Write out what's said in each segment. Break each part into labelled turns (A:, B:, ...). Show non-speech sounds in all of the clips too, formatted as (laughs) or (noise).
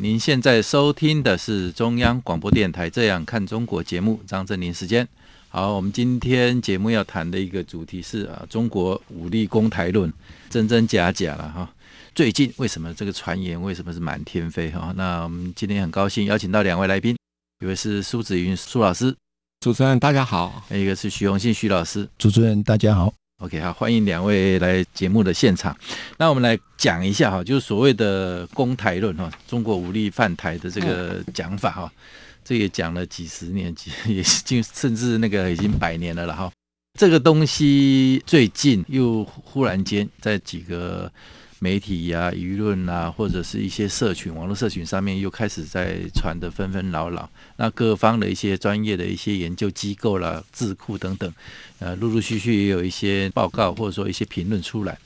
A: 您现在收听的是中央广播电台《这样看中国》节目，张振林时间。好，我们今天节目要谈的一个主题是啊，中国武力攻台论，真真假假了哈。最近为什么这个传言为什么是满天飞哈？那我们今天很高兴邀请到两位来宾，一位是苏子云苏老师，
B: 主持人大家好，
A: 还有一个是徐荣信徐老师。
C: 主持人大家好，
A: OK，好，欢迎两位来节目的现场。那我们来讲一下哈，就是所谓的攻台论哈，中国武力犯台的这个讲法哈，这也讲了几十年，几也近甚至那个已经百年了了哈。这个东西最近又忽然间在几个媒体呀、舆论啊，或者是一些社群、网络社群上面又开始在传的纷纷扰扰。那各方的一些专业的一些研究机构啦、智库等等，呃，陆陆续续也有一些报告或者说一些评论出来。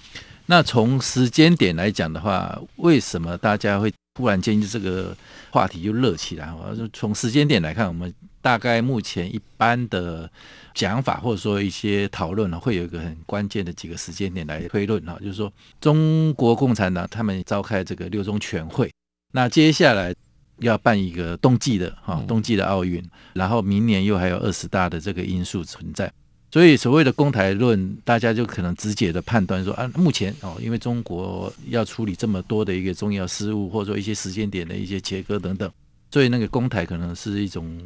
A: 那从时间点来讲的话，为什么大家会忽然间就这个话题又热起来？我就从时间点来看，我们大概目前一般的讲法或者说一些讨论哦呢，会有一个很关键的几个时间点来推论哦哈，就是说中国共产党他们召开这个六中全会，那接下来要办一个冬季的哈，
B: 嗯
A: 冬季的奥运，然后明年又还有二十大的这个因素存在。所以所谓的公台论，大家就可能直接的判断说啊，目前哦，因为中国要处理这么多的一个重要事务，或者说一些时间点的一些切割等等，所以那个公台可能是一种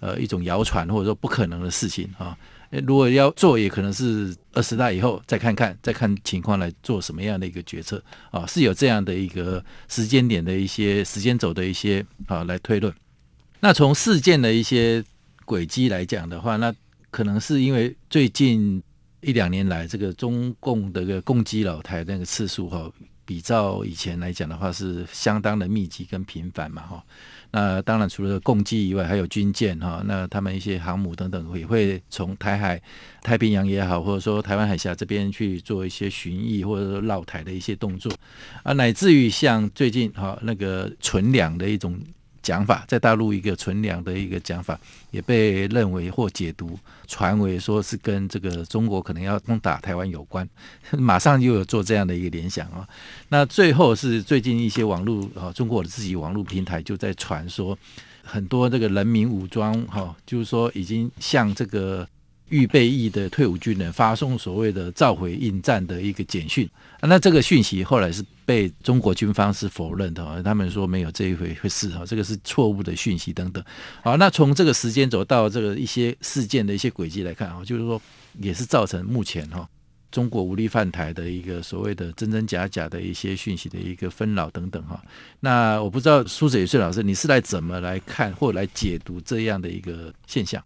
A: 呃一种谣传，或者说不可能的事情啊。诶如果要做，也可能是二十大以后再看看，再看情况来做什么样的一个决策啊，是有这样的一个时间点的一些时间轴的一些啊来推论。那从事件的一些轨迹来讲的话，那可能是因为最近一两年来，这个中共的这个攻击老台那个次数哈、比照以前来讲的话是相当的密集跟频繁嘛哈、那当然除了共机以外，还有军舰哈、那他们一些航母等等也会从台海、太平洋也好，或者说台湾海峡这边去做一些巡弋或者说绕台的一些动作啊，乃至于像最近哈、那个存粮的一种讲法，在大陆一个存粮的一个讲法，也被认为或解读传为说是跟这个中国可能要攻打台湾有关， (laughs) 马上又有做这样的一个联想啊。那最后是最近一些网络啊，中国的自己网络平台就在传说，很多这个人民武装哈、就是说已经向这个预备役的退伍军人发送所谓的召回应战的一个简讯。啊那这个讯息后来是被中国军方是否认的啊，他们说没有这一回事啊，这个是错误的讯息等等。好，那从这个时间轴到这个一些事件的一些轨迹来看啊，就是说也是造成目前哈、中国武力犯台的一个所谓的真真假假的一些讯息的一个纷扰等等哈、那我不知道苏子宇穗老师，你是来怎么来看或来解读这样的一个现象？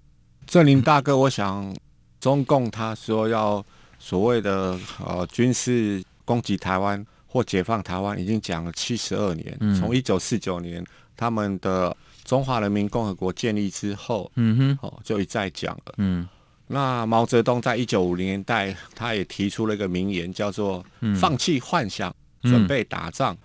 B: 郑林大哥，我想中共他说要所谓的呃军事攻击台湾或解放台湾，已经讲了七十二年，
A: 嗯
B: 从一九四九年他们的中华人民共和国建立之后，
A: 嗯哼，
B: 哦就一再讲了。
A: 嗯
B: 那毛泽东在一九五零年代，他也提出了一个名言，叫做
A: 嗯
B: “放弃幻想，
A: 嗯
B: 准备打仗”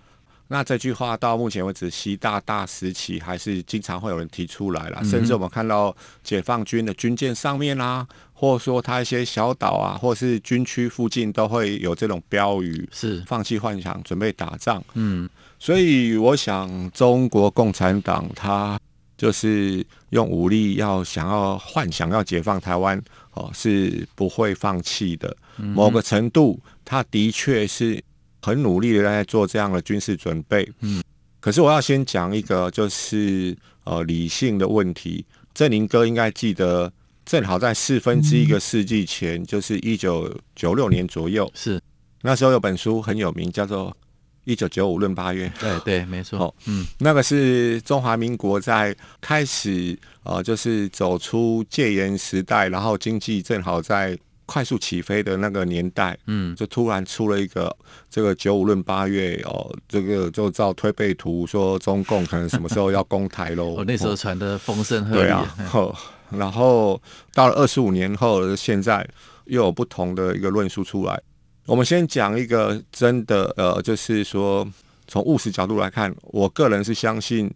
B: 那这句话到目前为止，习大大时期还是经常会有人提出来啦，
A: 嗯
B: 甚至我们看到解放军的军舰上面啊，或者说他一些小岛啊，或是军区附近都会有这种标语
A: 是
B: “放弃幻想，准备打仗”。
A: 嗯
B: 所以我想，中国共产党他就是用武力要想要幻想要解放台湾，哦，是不会放弃的。
A: 嗯
B: 某个程度，他的确是很努力的在做这样的军事准备。
A: 嗯，
B: 可是我要先讲一个就是呃理性的问题。郑林哥应该记得，正好在四分之
A: 嗯
B: 一个世纪前，就是一九九六年左右，
A: 是，
B: 那时候有本书很有名，叫做《一九九五论八月》。 (laughs)
A: 对对，没错，
B: 好
A: 嗯
B: 那个是中华民国在开始呃，就是走出戒严时代，然后经济正好在快速起飞的那个年代，
A: 嗯，
B: 就突然出了一个这个九五论八月哦，这个就照推背图说中共可能什么时候要攻台喽。
A: 我哦那时候传的风声鹤
B: 对
A: 唳
B: 啊，呵然后到了二十五年后，现在又有不同的一个论述出来。我们先讲一个真的，呃，就是说从务实角度来看，我个人是相信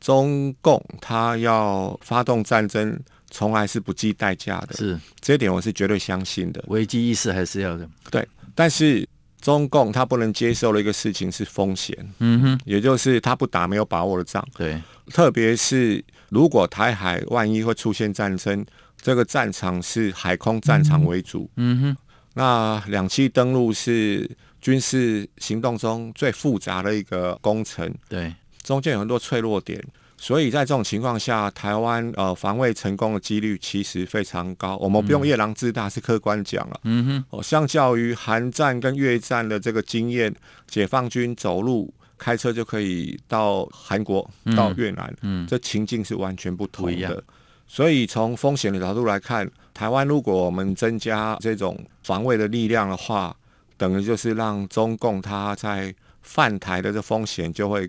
B: 中共他要发动战争，从来是不计代价的，
A: 是
B: 这一点我是绝对相信的。
A: 危机意识还是要的，
B: 对，但是中共他不能接受的一个事情是风险，
A: 嗯哼，
B: 也就是他不打没有把握的仗。
A: 对，
B: 特别是如果台海万一会出现战争，这个战场是海空战场为主，
A: 嗯哼，
B: 那两栖登陆是军事行动中最复杂的一个工程，
A: 对，
B: 中间有很多脆弱点。所以在这种情况下，台湾呃防卫成功的几率其实非常高。我们不用夜郎自大，是客观讲了。
A: 嗯哼，
B: 哦，相较于韩战跟越战的这个经验，解放军走路开车就可以到韩国、到越南，
A: 嗯
B: 这情境是完全不同
A: 不一样
B: 的。所以从风险的角度来看，台湾如果我们增加这种防卫的力量的话，等于就是让中共它在犯台的这风险就会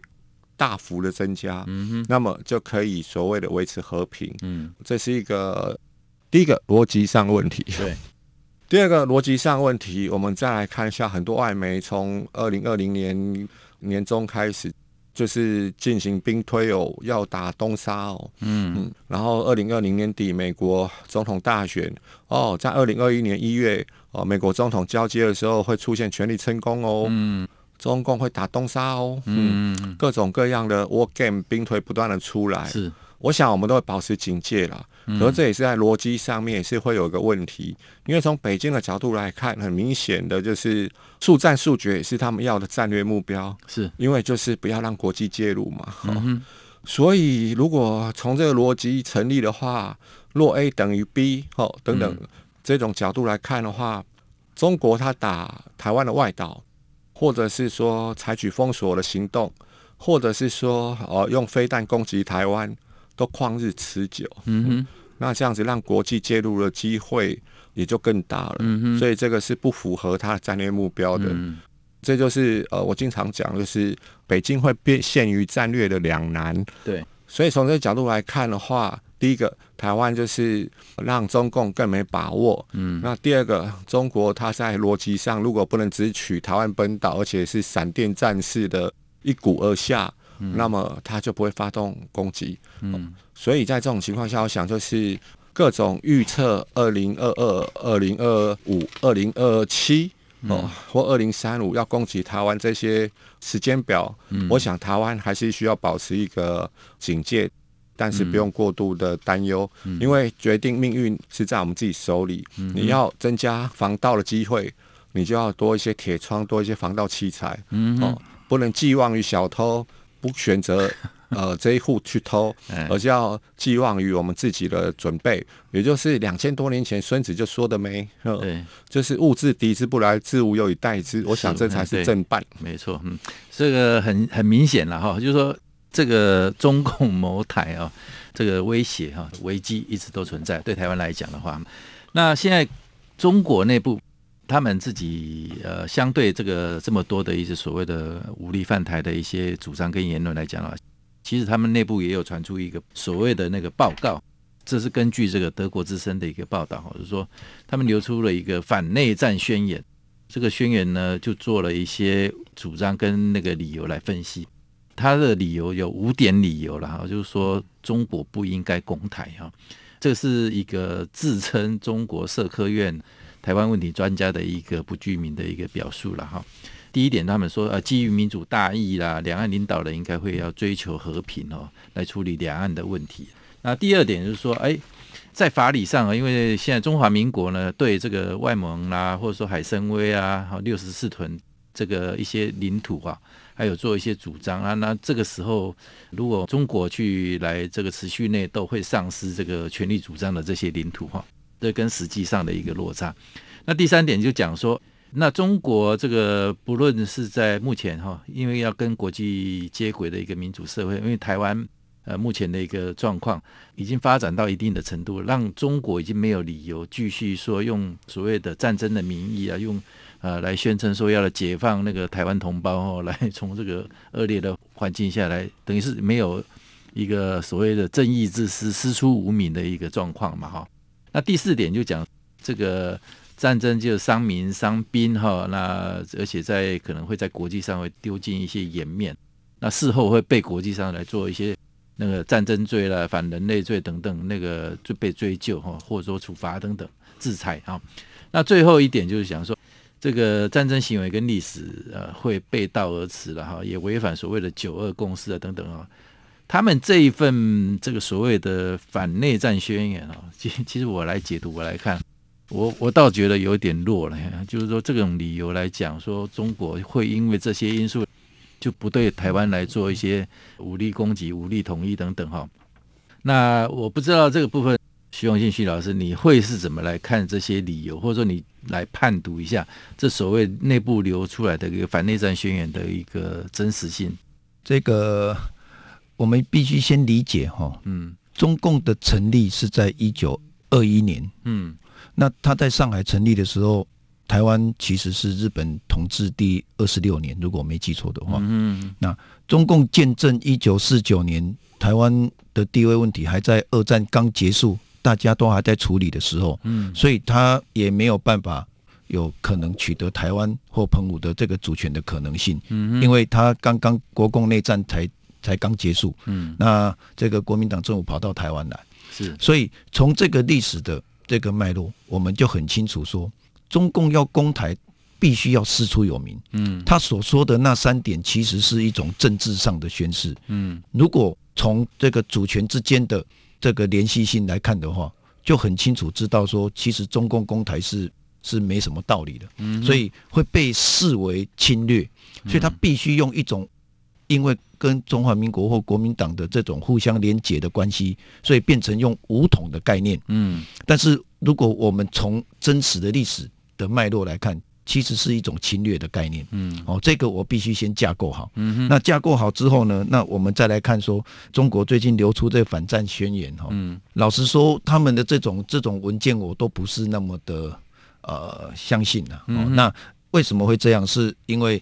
B: 大幅的增加，
A: 嗯哼，
B: 那么就可以所谓的维持和平。
A: 嗯，
B: 这是一个第一个逻辑上的问题。
A: 对，
B: 第二个逻辑上问题，我们再来看一下，很多外媒从二零二零年年中开始，就是进行兵推哦，要打东沙哦，
A: 嗯，
B: 嗯，然后二零二零年底美国总统大选哦，在二零二一年一月哦，美国总统交接的时候会出现权力成功哦，
A: 嗯，
B: 中共会打东沙哦，嗯，
A: 嗯，嗯
B: 各种各样的 war game 兵推不断的出来，
A: 是，
B: 我想我们都会保持警戒啦。可是这也是在逻辑上面也是会有一个问题，因为从北京的角度来看，很明显的就是速战速决也是他们要的战略目标，
A: 是，
B: 因为就是不要让国际介入嘛。
A: 嗯哼，
B: 所以如果从这个逻辑成立的话，若 A 等于 B 哦等等、
A: 嗯
B: 这种角度来看的话，中国它打台湾的外岛，或者是说采取封锁的行动，或者是说呃用飞弹攻击台湾，都旷日持久。
A: 嗯哼，
B: 那这样子让国际介入的机会也就更大了。
A: 嗯哼，
B: 所以这个是不符合它的战略目标的。
A: 嗯，
B: 这就是呃，我经常讲，就是北京会变陷于战略的两难。
A: 对，
B: 所以从这个角度来看的话，第一个，台湾就是让中共更没把握。
A: 嗯，
B: 那第二个，中国它在逻辑上如果不能只取台湾本岛，而且是闪电战士的一鼓而下，那么它就不会发动攻击。
A: 嗯，
B: 所以在这种情况下，我想就是各种预测二零二二、二零二五、二零二七
A: 嗯
B: 哦，或二零三五要攻击台湾这些时间表，
A: 嗯
B: 我想台湾还是需要保持一个警戒。但是不用过度的担忧，
A: 嗯
B: 因为决定命运是在我们自己手里。你要增加防盗的机会，你就要多一些铁窗，多一些防盗器材。
A: 嗯哼，
B: 哦，不能寄望于小偷，不选择呃这一户去偷
A: (laughs) 哎，
B: 而是要寄望于我们自己的准备，也就是两千多年前孙子就说的没，呵
A: 对。
B: 就是物至敌之不来，知无有以待之。我想这才
A: 嗯对
B: 是正办。
A: 没错，嗯，这个很很明显了哈，就是说这个中共谋台啊，这个威胁哈、危机一直都存在。对台湾来讲的话，那现在中国内部他们自己呃，相对这个这么多的一些所谓的武力犯台的一些主张跟言论来讲的话，其实他们内部也有传出一个所谓的那个报告。这是根据这个德国之声的一个报道，哈就是说他们流出了一个反内战宣言，这个宣言呢，就做了一些主张跟那个理由来分析。他的理由有五点理由了哈，就是说中国不应该攻台哈，这是一个自称中国社科院台湾问题专家的一个不具名的一个表述了哈。第一点，他们说呃，基于民主大义啦，两岸领导人应该会要追求和平哦，来处理两岸的问题。那第二点就是说，哎，在法理上啊，因为现在中华民国呢，对这个外蒙啦、或者说海参崴啊，还有六十四屯这个一些领土啊，还有做一些主张啊，那这个时候如果中国去来这个持续内斗，会丧失这个权力主张的这些领土哈、这跟实际上的一个落差。那第三点就讲说，那中国这个不论是在目前哈，因为要跟国际接轨的一个民主社会，因为台湾呃目前的一个状况，已经发展到一定的程度，让中国已经没有理由继续说用所谓的战争的名义啊，用呃来宣称说要来解放那个台湾同胞哦，来从这个恶劣的环境下来，等于是没有一个所谓的正义之师师出无名的一个状况嘛哈、那第四点就讲这个战争就是伤民伤兵哈，那而且在可能会在国际上会丢尽一些颜面，那事后会被国际上来做一些那个战争罪啦、反人类罪等等那个就被追究哈，或者说处罚等等制裁哈。那最后一点就是想说。这个战争行为跟历史呃会背道而驰了哈，也违反所谓的九二共识啊等等啊、他们这一份这个所谓的反内战宣言啊、其其实我来解读，我来看，我我倒觉得有点弱了，就是说这种理由来讲，说中国会因为这些因素就不对台湾来做一些武力攻击、武力统一等等哈、那我不知道这个部分，徐永信徐老师，你会是怎么来看这些理由，或者说你来判读一下这所谓内部流出来的一个反内战宣言的一个真实性？
C: 这个我们必须先理解哈、
A: 嗯
C: 中共的成立是在一九二一年，
A: 嗯
C: 那他在上海成立的时候，台湾其实是日本统治第二十六年，如果我没记错的话。
A: 嗯
C: 中共建政一九四九年，台湾的地位问题还在二战刚结束，大家都还在处理的时候，
A: 嗯
C: 所以他也没有办法有可能取得台湾或澎湖的这个主权的可能性，
A: 嗯
C: 因为他刚刚国共内战才才刚结束，
A: 嗯，
C: 那这个国民党政府跑到台湾来。
A: 是
C: 所以从这个历史的这个脉络，我们就很清楚说，中共要攻台，必须要师出有名。
A: 嗯
C: 他所说的那三点，其实是一种政治上的宣示。
A: 嗯
C: 如果从这个主权之间的这个联系性来看的话，就很清楚知道说，其实中共攻台是是没什么道理的，
A: 嗯
C: 所以会被视为侵略，所以他必须用一种因为跟中华民国或国民党的这种互相连结的关系，所以变成用武统的概念。
A: 嗯
C: 但是如果我们从真实的历史的脉络来看，其实是一种侵略的概念。
A: 嗯
C: 哦，这个我必须先架构好。
A: 嗯哼
C: 那架构好之后呢，那我们再来看说中国最近流出这反战宣言哈、
A: 嗯
C: 老实说，他们的这种这种文件我都不是那么的呃相信啊、
A: 嗯
C: 哦那为什么会这样？是因为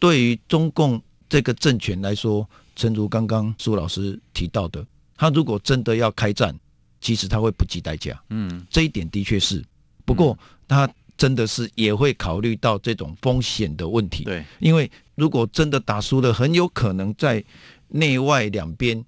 C: 对于中共这个政权来说，诚如刚刚苏老师提到的，他如果真的要开战，其实他会不计代价。
A: 嗯
C: 这一点的确是，不过他真的是也会考虑到这种风险的问题。
A: 对
C: 因为如果真的打输了，很有可能在内外两边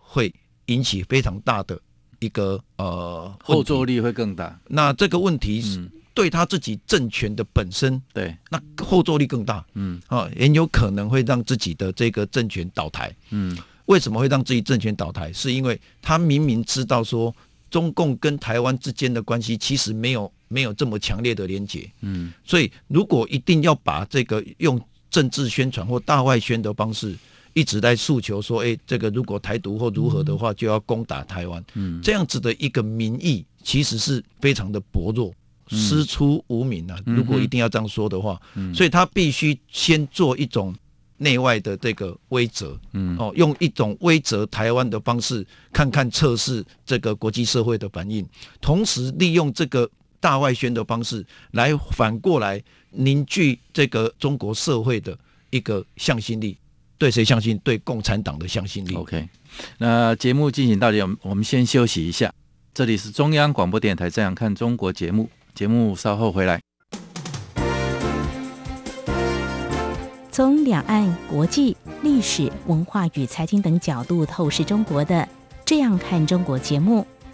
C: 会引起非常大的一个呃
A: 后
C: 问题
A: 坐力会更大，
C: 那这个问题是
A: 嗯
C: 对他自己政权的本身，
A: 对
C: 那后坐力更大
A: 嗯
C: 啊，很有可能会让自己的这个政权倒台。
A: 嗯
C: 为什么会让自己政权倒台？是因为他明明知道说中共跟台湾之间的关系其实没有没有这么强烈的连结，
A: 嗯
C: 所以如果一定要把这个用政治宣传或大外宣的方式一直在诉求说，哎，这个如果台独或如何的话，就要攻打台湾，
A: 嗯
C: 这样子的一个民意其实是非常的薄弱。师出无名啊！
A: 嗯嗯哼
C: 如果一定要这样说的话，
A: 嗯
C: 所以他必须先做一种内外的这个威则，
A: 嗯
C: 哦，用一种威责台湾的方式，看看测试这个国际社会的反应，同时利用这个大外宣的方式来反过来凝聚这个中国社会的一个向心力。对谁相信？对共产党的向心力。
A: ，OK。那节目进行到这里，我们我们先休息一下。这里是中央广播电台《这样看中国》节目，节目稍后回来。
D: 从两岸、国际、历史文化与财经等角度透视中国的《这样看中国》节目，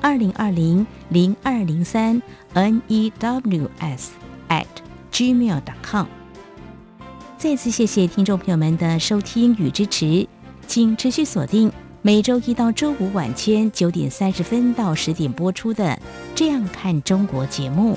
D: 二零二零零二零三 news at gmail.com。再次谢谢听众朋友们的收听与支持，请持续锁定每周一到周五晚间九点三十分到十点播出的《这样看中国》节目。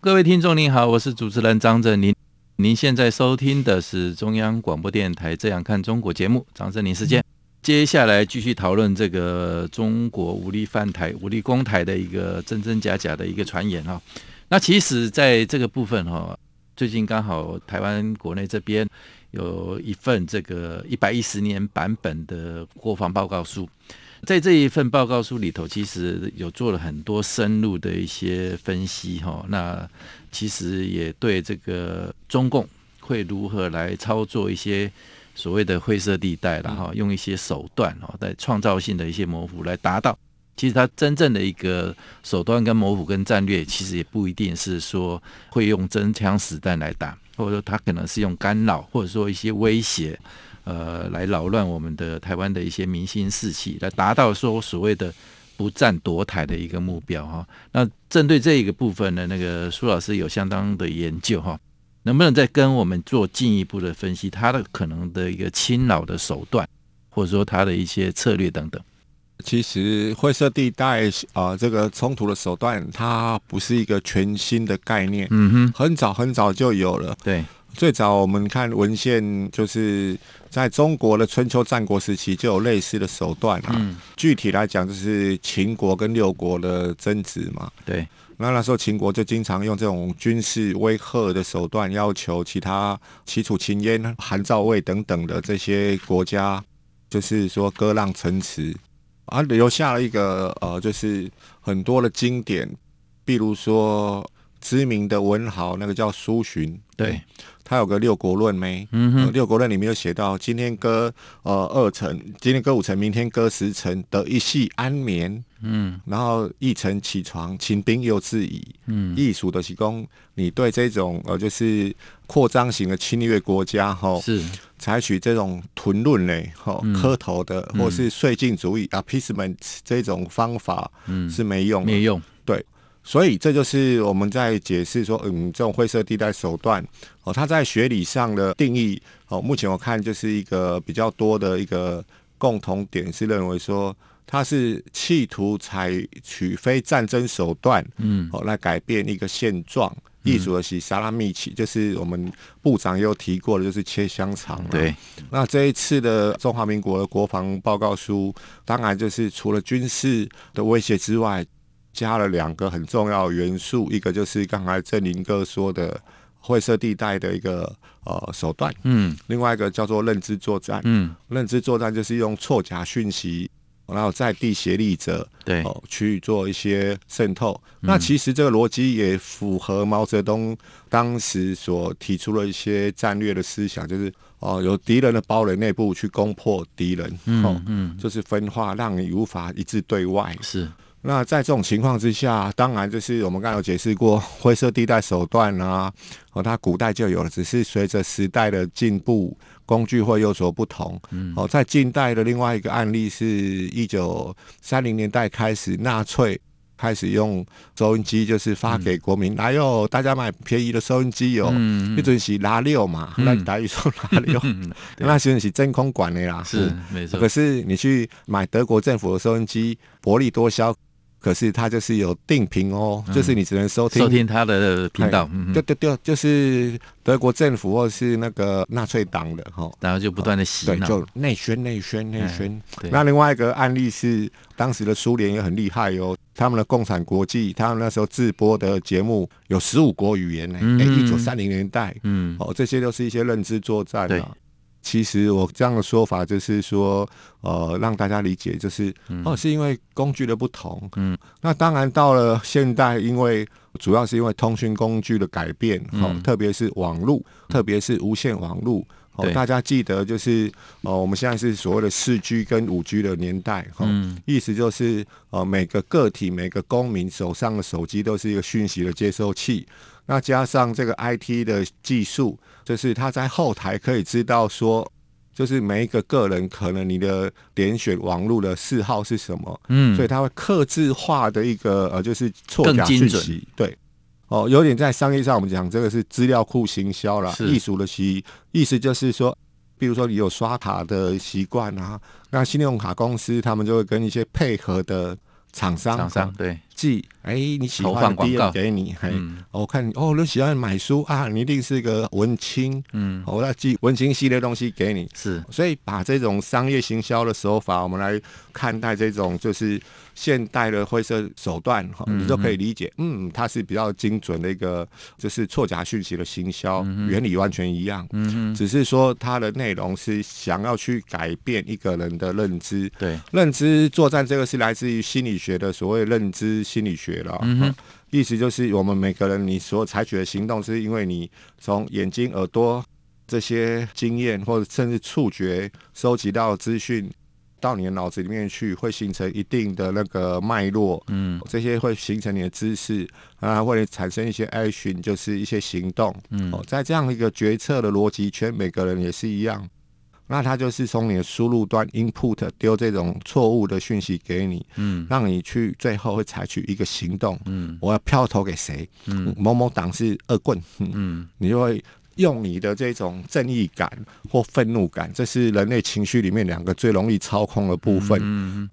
A: 各位听众您好，我是主持人张振林。您现在收听的是中央广播电台《这样看中国》节目，张振林时间。接下来继续讨论这个中国武力犯台、武力攻台的一个真真假假的一个传言哈、那其实在这个部分哈、最近刚好台湾国内这边有一份这个一百一十年版本的国防报告书，在这一份报告书里头，其实有做了很多深入的一些分析哈、那其实也对这个中共会如何来操作一些所谓的灰色地带，然后用一些手段哦，在创造性的一些模糊来达到。其实它真正的一个手段跟模糊跟战略，其实也不一定是说会用真枪实弹来打，或者说它可能是用干扰，或者说一些威胁，呃，来扰乱我们的台湾的一些民心士气，来达到说所谓的不战夺台的一个目标哈、那针对这一个部分呢，那个苏老师有相当的研究哈、能不能再跟我们做进一步的分析，它的可能的一个侵扰的手段，或者说它的一些策略等等？
B: 其实灰色地带啊、呃这个冲突的手段，它不是一个全新的概念，
A: 嗯哼，
B: 很早很早就有了。
A: 对，
B: 最早我们看文献，就是在中国的春秋战国时期就有类似的手段啊。
A: 嗯，
B: 具体来讲，就是秦国跟六国的争执嘛。
A: 对，
B: 那那时候秦国就经常用这种军事威吓的手段，要求其他齐楚、秦燕、韩赵魏等等的这些国家，就是说割让城池，啊，留下了一个呃，就是很多的经典，比如说知名的文豪那个叫苏洵，
A: 对，
B: 他有个六国论没？
A: 嗯
B: 呃
A: 哼，
B: 六国论里面有写到，今天割呃二城，今天割五城，明天割十城，得一系安眠，
A: 嗯
B: 然后一城起床，秦兵又自已。
A: 嗯，
B: 艺术的提供，你对这种呃就是扩张型的侵略国家哈，
A: 是，
B: 采取这种屯论嘞哈
A: 嗯
B: 磕头的，
A: 嗯
B: 或是绥靖主义 appeasement 这种方法
A: 嗯，
B: 是没用的。
A: 没用，
B: 所以这就是我们在解释说，嗯，这种灰色地带手段哦，它在学理上的定义哦，目前我看就是一个比较多的一个共同点是认为说，它是企图采取非战争手段
A: 嗯
B: 哦来改变一个现状。易主的是萨拉米奇，就是我们部长也有提过的，就是切香肠、啊。
A: 对，
B: 那这一次的中华民国的国防报告书，当然就是除了军事的威胁之外，加了两个很重要的元素，一个就是刚才郑林哥说的灰色地带的一个呃手段，
A: 嗯
B: 另外一个叫做认知作战。
A: 嗯，
B: 认知作战就是用错假讯息，然后在地协力者
A: 对，
B: 哦去做一些渗透。那其实这个逻辑也符合毛泽东当时所提出的一些战略的思想，就是哦有敌人的堡垒内部去攻破敌人，哦
A: 嗯，嗯，
B: 就是分化，让你无法一致对外。
A: 是，
B: 那在这种情况之下，当然就是我们刚才有解释过灰色地带手段啊，哦，它古代就有了，只是随着时代的进步，工具会有所不同。嗯，哦，在近代的另外一个案例是一九三零年代开始，纳粹开始用收音机，就是发给国民，来哟，大家买便宜的收音机哟、
A: 嗯
B: 那阵时拉六嘛，
A: 嗯
B: 那台语说拉六，
A: 嗯， (laughs) 对
B: 那时候是真空管的啦，
A: 是没错
B: 可，是你去买德国政府的收音机，薄利多销，可是它就是有定频哦，
A: 嗯
B: 就是你只能收听。哎
A: 收听他的频道，嗯，
B: 对
A: 嗯
B: 对对，就是德国政府或是那个纳粹党的哈，
A: 然后就不断的洗
B: 对，
A: 脑，
B: 就内宣内宣内宣。
A: 啊哎对，
B: 那另外一个案例是，当时的苏联也很厉害哦，他们的共产国际，他们那时候自播的节目有十五国语言呢、
A: 嗯
B: 哎、一九三零年代，
A: 嗯，
B: 哦，这些都是一些认知作战
A: 对
B: 啊。其实我这样的说法就是说，呃，让大家理解就是，哦，是因为工具的不同，
A: 嗯，
B: 那当然到了现代，因为主要是因为通讯工具的改变，哦，
A: 嗯
B: 特别是网络，特别是无线网络。哦
A: 对，
B: 大家记得就是哦，我们现在是所谓的四 G 跟五 G 的年代哈，哦
A: 嗯
B: 意思就是呃，每个个体、每个公民手上的手机都是一个讯息的接收器，那加上这个 IT 的技术，就是它在后台可以知道说，就是每一个个人可能你的点选网络的嗜好是什么，
A: 嗯，
B: 所以它会克制化的一个呃，就是错
A: 更
B: 假
A: 精
B: 讯
A: 准
B: 息，对。哦，有点在商业上我们讲这个是资料库行销啦，
A: 是
B: 艺术的习意思就是说，比如说你有刷卡的习惯啊，那信用卡公司他们就会跟一些配合的厂商
A: 厂商
B: 哦
A: 对，
B: 寄，哎，你喜
A: 投放
B: 欢
A: 广告
B: DM 给你，嘿，
A: 嗯
B: 哦我看你哦，你喜欢买书啊，你一定是个文青，
A: 嗯，
B: 哦，那寄文青系列东西给你，
A: 是
B: 所以把这种商业行销的手法，我们来看待这种就是现代的灰色手段，哈、你就可以理解，嗯，它是比较精准的一个就是错假讯息的行销、原理完全一样，
A: 嗯
B: 只是说它的内容是想要去改变一个人的认知。
A: 对，
B: 认知作战这个是来自于心理学的所谓认知心理学了，
A: 嗯哼
B: 哦意思就是我们每个人你所采取的行动，是因为你从眼睛、耳朵这些经验，或者甚至触觉收集到资讯，到你的脑子里面去，会形成一定的那个脉络，
A: 嗯
B: 这些会形成你的知识，啊，会产生一些 action，就是一些行动。
A: 嗯
B: 哦，在这样一个决策的逻辑圈，每个人也是一样。那他就是从你的输入端 input 丢这种错误的讯息给你，
A: 嗯
B: 让你去最后会采取一个行动。
A: 嗯
B: 我要票投给谁？
A: 嗯
B: 某某党是恶棍，嗯，
A: 嗯
B: 你就会用你的这种正义感或愤怒感，这是人类情绪里面两个最容易操控的部分。
A: 嗯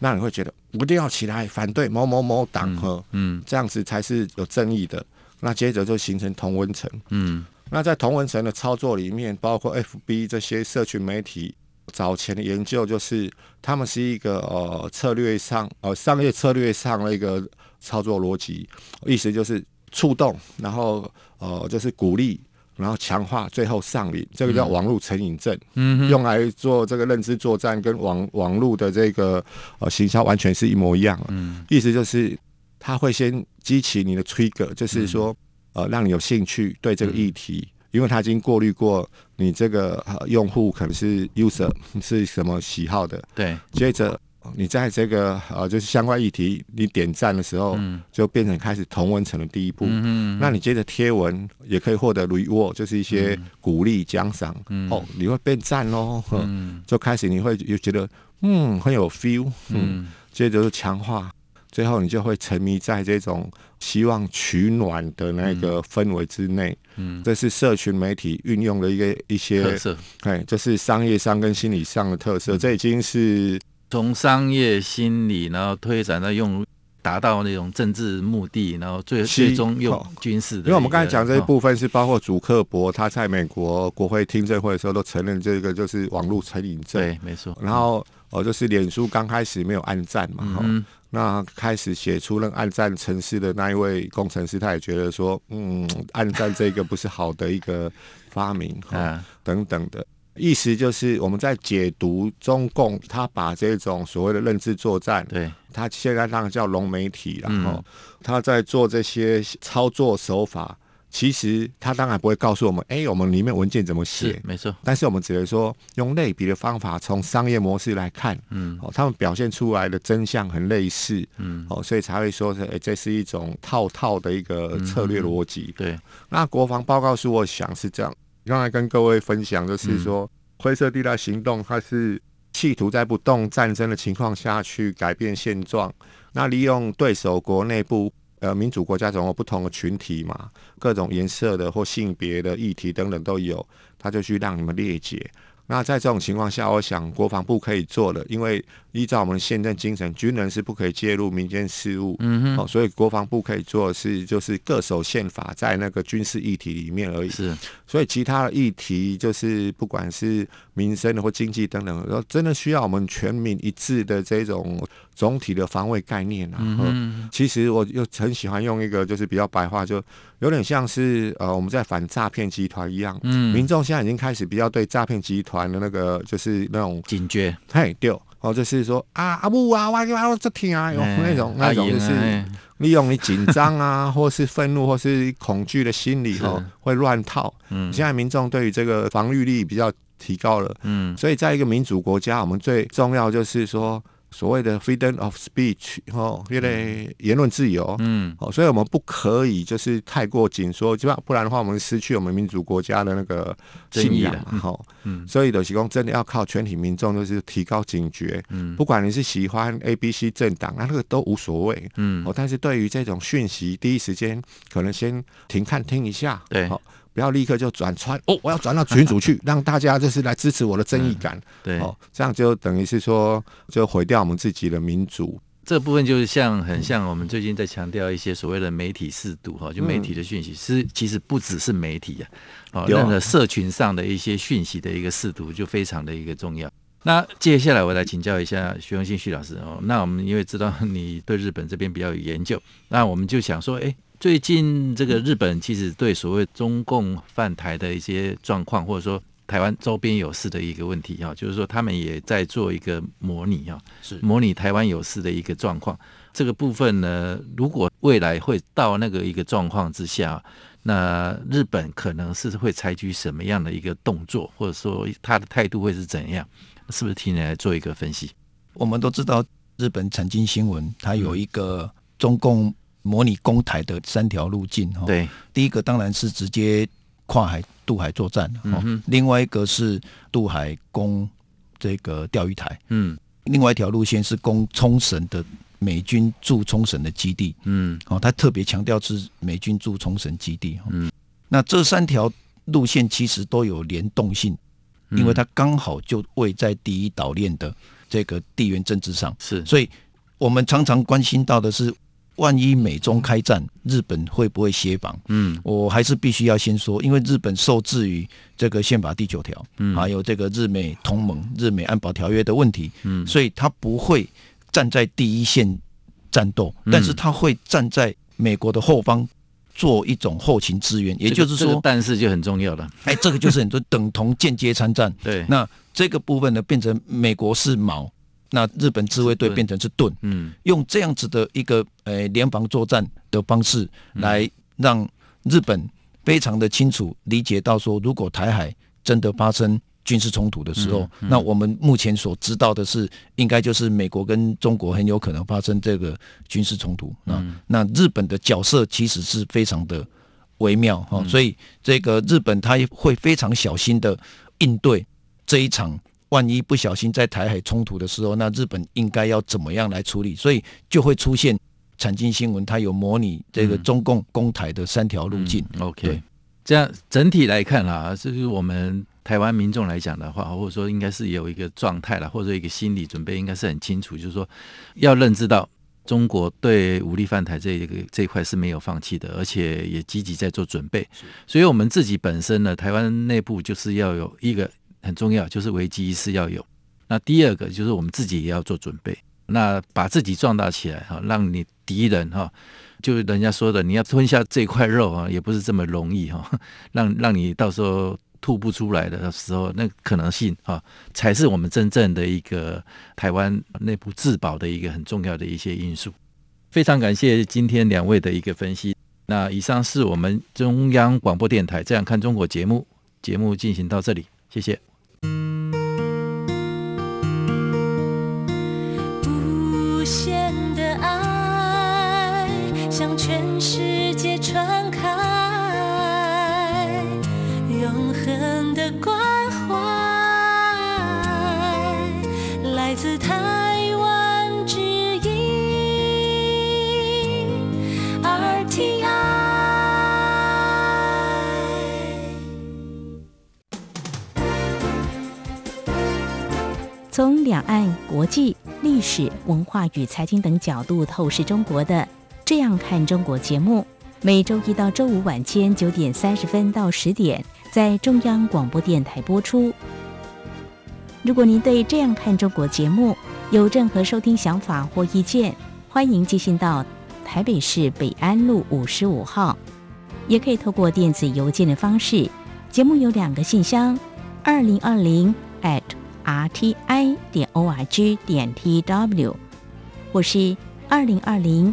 B: 那你会觉得我一定要起来反对某某某党和、
A: 嗯
B: 这样子才是有正义的。那接着就形成同温层。
A: 嗯
B: 那在同文层的操作里面，包括 FB 这些社群媒体，早前的研究就是，他们是一个呃策略上呃商业策略上的一个操作逻辑，意思就是触动，然后呃就是鼓励。然后强化，最后上瘾，这个叫网络成瘾症，
A: 嗯，
B: 用来做这个认知作战，跟网网络的这个呃行销完全是一模一样。啊
A: 嗯
B: 意思就是它会先激起你的 trigger，就是
A: 嗯
B: 说、呃让你有兴趣对这个议题，因为它已经过滤过你这个、呃、用户可能是 user 是什么喜好的，
A: 对，
B: 接着。你在这个呃，就是相关议题，你点赞的时候，
A: 嗯
B: 就变成开始同文层的第一步。
A: 嗯
B: 那你接着贴文也可以获得 reward，就是一些鼓励奖赏。
A: 嗯
B: 哦，你会变赞喽，呵
A: 嗯
B: 就开始你会又觉得嗯很有 feel，嗯
A: 嗯
B: 接着就强化，最后你就会沉迷在这种希望取暖的那个氛围之内。
A: 嗯，
B: 这是社群媒体运用的一个
A: 特
B: 一些，
A: 色。嗯
B: 哎，这是商业上跟心理上的特色。这已经是
A: 从商业心理，然后推展到用达到那种政治目的，然后最
B: 是
A: 最终用
B: 哦
A: 军事的一个。
B: 因为我们刚才讲这一
A: 哦，
B: 部分是包括祖克伯他在美国国会听证会的时候都承认这个就是网络成瘾症。
A: 对，没错。
B: 然后哦，就是脸书刚开始没有暗赞嘛，哈、
A: 嗯
B: 那哦开始写出那个暗战城市的那一位工程师，他也觉得说，嗯，暗战这个不是好的一个发明，
A: 哼
B: 啊、
A: 啊，
B: 等等的。意思就是我们在解读中共，他把这种所谓的认知作战，
A: 对，
B: 他现在当然叫龙媒体啦，
A: 嗯
B: 然后、他在做这些操作手法，其实他当然不会告诉我们，哎、我们里面文件怎么
A: 是
B: 写，
A: 没错。
B: 但是我们只能说用类比的方法，从商业模式来看，
A: 嗯
B: 哦，他们表现出来的真相很类似，
A: 嗯，
B: 哦，所以才会说是，哎、这是一种套套的一个
A: 嗯
B: 策略逻辑。
A: 对，
B: 那国防报告书，我想是这样，刚才跟各位分享，就是说、灰色地带行动，它是企图在不动战争的情况下去改变现状，那利用对手国内部。呃，民主国家总有不同的群体嘛，各种颜色的或性别的议题等等都有，他就去让你们列解。那在这种情况下，我想国防部可以做的，因为依照我们宪政精神，军人是不可以介入民间事务，
A: 嗯
B: 哦，
A: 哼，
B: 所以国防部可以做的是，就是各守宪法在那个军事议题里面而已。
A: 是，
B: 所以其他的议题，就是不管是民生的或经济等等，然后真的需要我们全民一致的这种总体的防卫概念啊。
A: 嗯
B: 呃
A: 哼，
B: 其实我又很喜欢用一个，就是比较白话，就有点像是呃我们在反诈骗集团一样。民
A: 嗯，
B: 众现在已经开始比较对诈骗集团的那个，就是那种
A: 警觉，
B: 嘿对哦，就是说啊阿布啊，哇哇哇这听啊，有
A: 哎
B: 那种那种就
A: 阿
B: 是
A: 莹啊哎
B: 利用你紧张
A: (laughs)
B: 啊，或是愤怒，或是恐惧的心理哦
A: 是，
B: 会乱套。
A: 嗯，
B: 现在民众对于这个防御力比较提高了，
A: 嗯
B: 所以在一个民主国家，我们最重要就是说。所谓的 freedom of speech 哦，因为言论自由，
A: 嗯
B: 哦，所以我们不可以就是太过紧缩，就不然的话，我们失去我们民主国家的那个信仰嘛，哈、
A: 嗯
B: 所以柳奇公真的要靠全体民众，就是提高警觉，
A: 嗯
B: 不管你是喜欢 A、B、C 政党，那那个都无所谓。
A: 嗯
B: 哦，但是对于这种讯息，第一时间可能先停看听一下，
A: 对
B: 哦，不要立刻就转传哦，我要转到群组
A: (laughs)
B: 去，让大家就是来支持我的正义感，
A: 嗯对，
B: 哦，这样就等于是说就毁掉我们自己的民主，
A: 这部分就是像很像我们最近在强调一些所谓的媒体适度哈，就媒体的讯息是其实不只是媒体呀、啊，哦，
B: 有啊
A: 任何社群上的一些讯息的一个适度就非常的一个重要。那接下来我来请教一下徐荣信徐老师哦，那我们因为知道你对日本这边比较有研究，那我们就想说，哎，最近这个日本其实对所谓中共犯台的一些状况，或者说台湾周边有事的一个问题哈，就是说他们也在做一个模拟哈，
C: 是
A: 模拟台湾有事的一个状况。这个部分呢，如果未来会到那个一个状况之下，那日本可能是会采取什么样的一个动作，或者说他的态度会是怎样？是不是请你来做一个分析？
C: 我们都知道日本产经新闻，它有一个中共模拟攻台的三条路径哈。，
A: 对，
C: 第一个当然是直接跨海渡海作战
A: 嗯
C: 哦，
A: 哼
C: 另外一个是渡海攻这个钓鱼台，
A: 嗯
C: 另外一条路线是攻冲绳的美军驻冲绳的基地
A: 嗯
C: 哦，他特别强调是美军驻冲绳基地。哦
A: 嗯，
C: 那这三条路线其实都有联动性，
A: 嗯
C: 因为它刚好就位在第一岛链的这个地缘政治上。
A: 是，
C: 所以我们常常关心到的是，万一美中开战，日本会不会协防？
A: 嗯
C: 我还是必须要先说，因为日本受制于这个宪法第九条，
A: 嗯
C: 还有这个日美同盟、日美安保条约的问题，
A: 嗯
C: 所以他不会站在第一线战斗，
A: 嗯
C: 但是他会站在美国的后方做一种后勤支援，也就是
A: 这个这
C: 说
A: 个，但是就很重要了。
C: 哎，这个就是很多等同间接
A: (laughs)
C: 参战。
A: 对，
C: 那这个部分呢，变成美国是矛，那日本自卫队
A: 是盾
C: 变成是盾，
A: 嗯
C: 用这样子的一个呃联防作战的方式，来让日本非常的清楚理解到说，如果台海真的发生军事冲突的时候，
A: 嗯嗯
C: 那我们目前所知道的是，应该就是美国跟中国很有可能发生这个军事冲突啊。
A: 嗯
C: 那日本的角色其实是非常的微妙哈、哦
A: 嗯
C: 所以这个日本它也会非常小心的应对这一场。万一不小心在台海冲突的时候，那日本应该要怎么样来处理？所以就会出现产经新闻，它有模拟这个
A: 嗯
C: 中共攻台的三条路径。
A: 嗯 OK，
C: 对
A: 这样整体来看啊，就是我们台湾民众来讲的话，或者说应该是有一个状态了，或者一个心理准备，应该是很清楚，就是说要认知到中国对武力犯台这一个这一块是没有放弃的，而且也积极在做准备。所以，我们自己本身呢，台湾内部就是要有一个很重要，就是危机意识要有。那第二个就是我们自己也要做准备，那把自己壮大起来哈，让你敌人哈，就是人家说的，你要吞下这块肉啊，也不是这么容易哈， (laughs) 让让你到时候吐不出来的时候，那可能性啊，才是我们真正的一个台湾内部自保的一个很重要的一些因素。非常感谢今天两位的一个分析。那以上是我们中央广播电台《这样看中国》节目，节目进行到这里，谢谢。
E: 无限的爱向全世界传开，永恒的关怀来自台湾之音 RTI。
D: 从两岸、国际、历史文化与财经等角度透视中国的《这样看中国》节目，每周一到周五晚间九点三十分到十点在中央广播电台播出。如果您对《这样看中国》节目有任何收听想法或意见，欢迎寄信到台北市北安路五十五号，也可以透过电子邮件的方式。节目有两个信箱：二零二零 at rti 点 org 点 tw，或是二零二零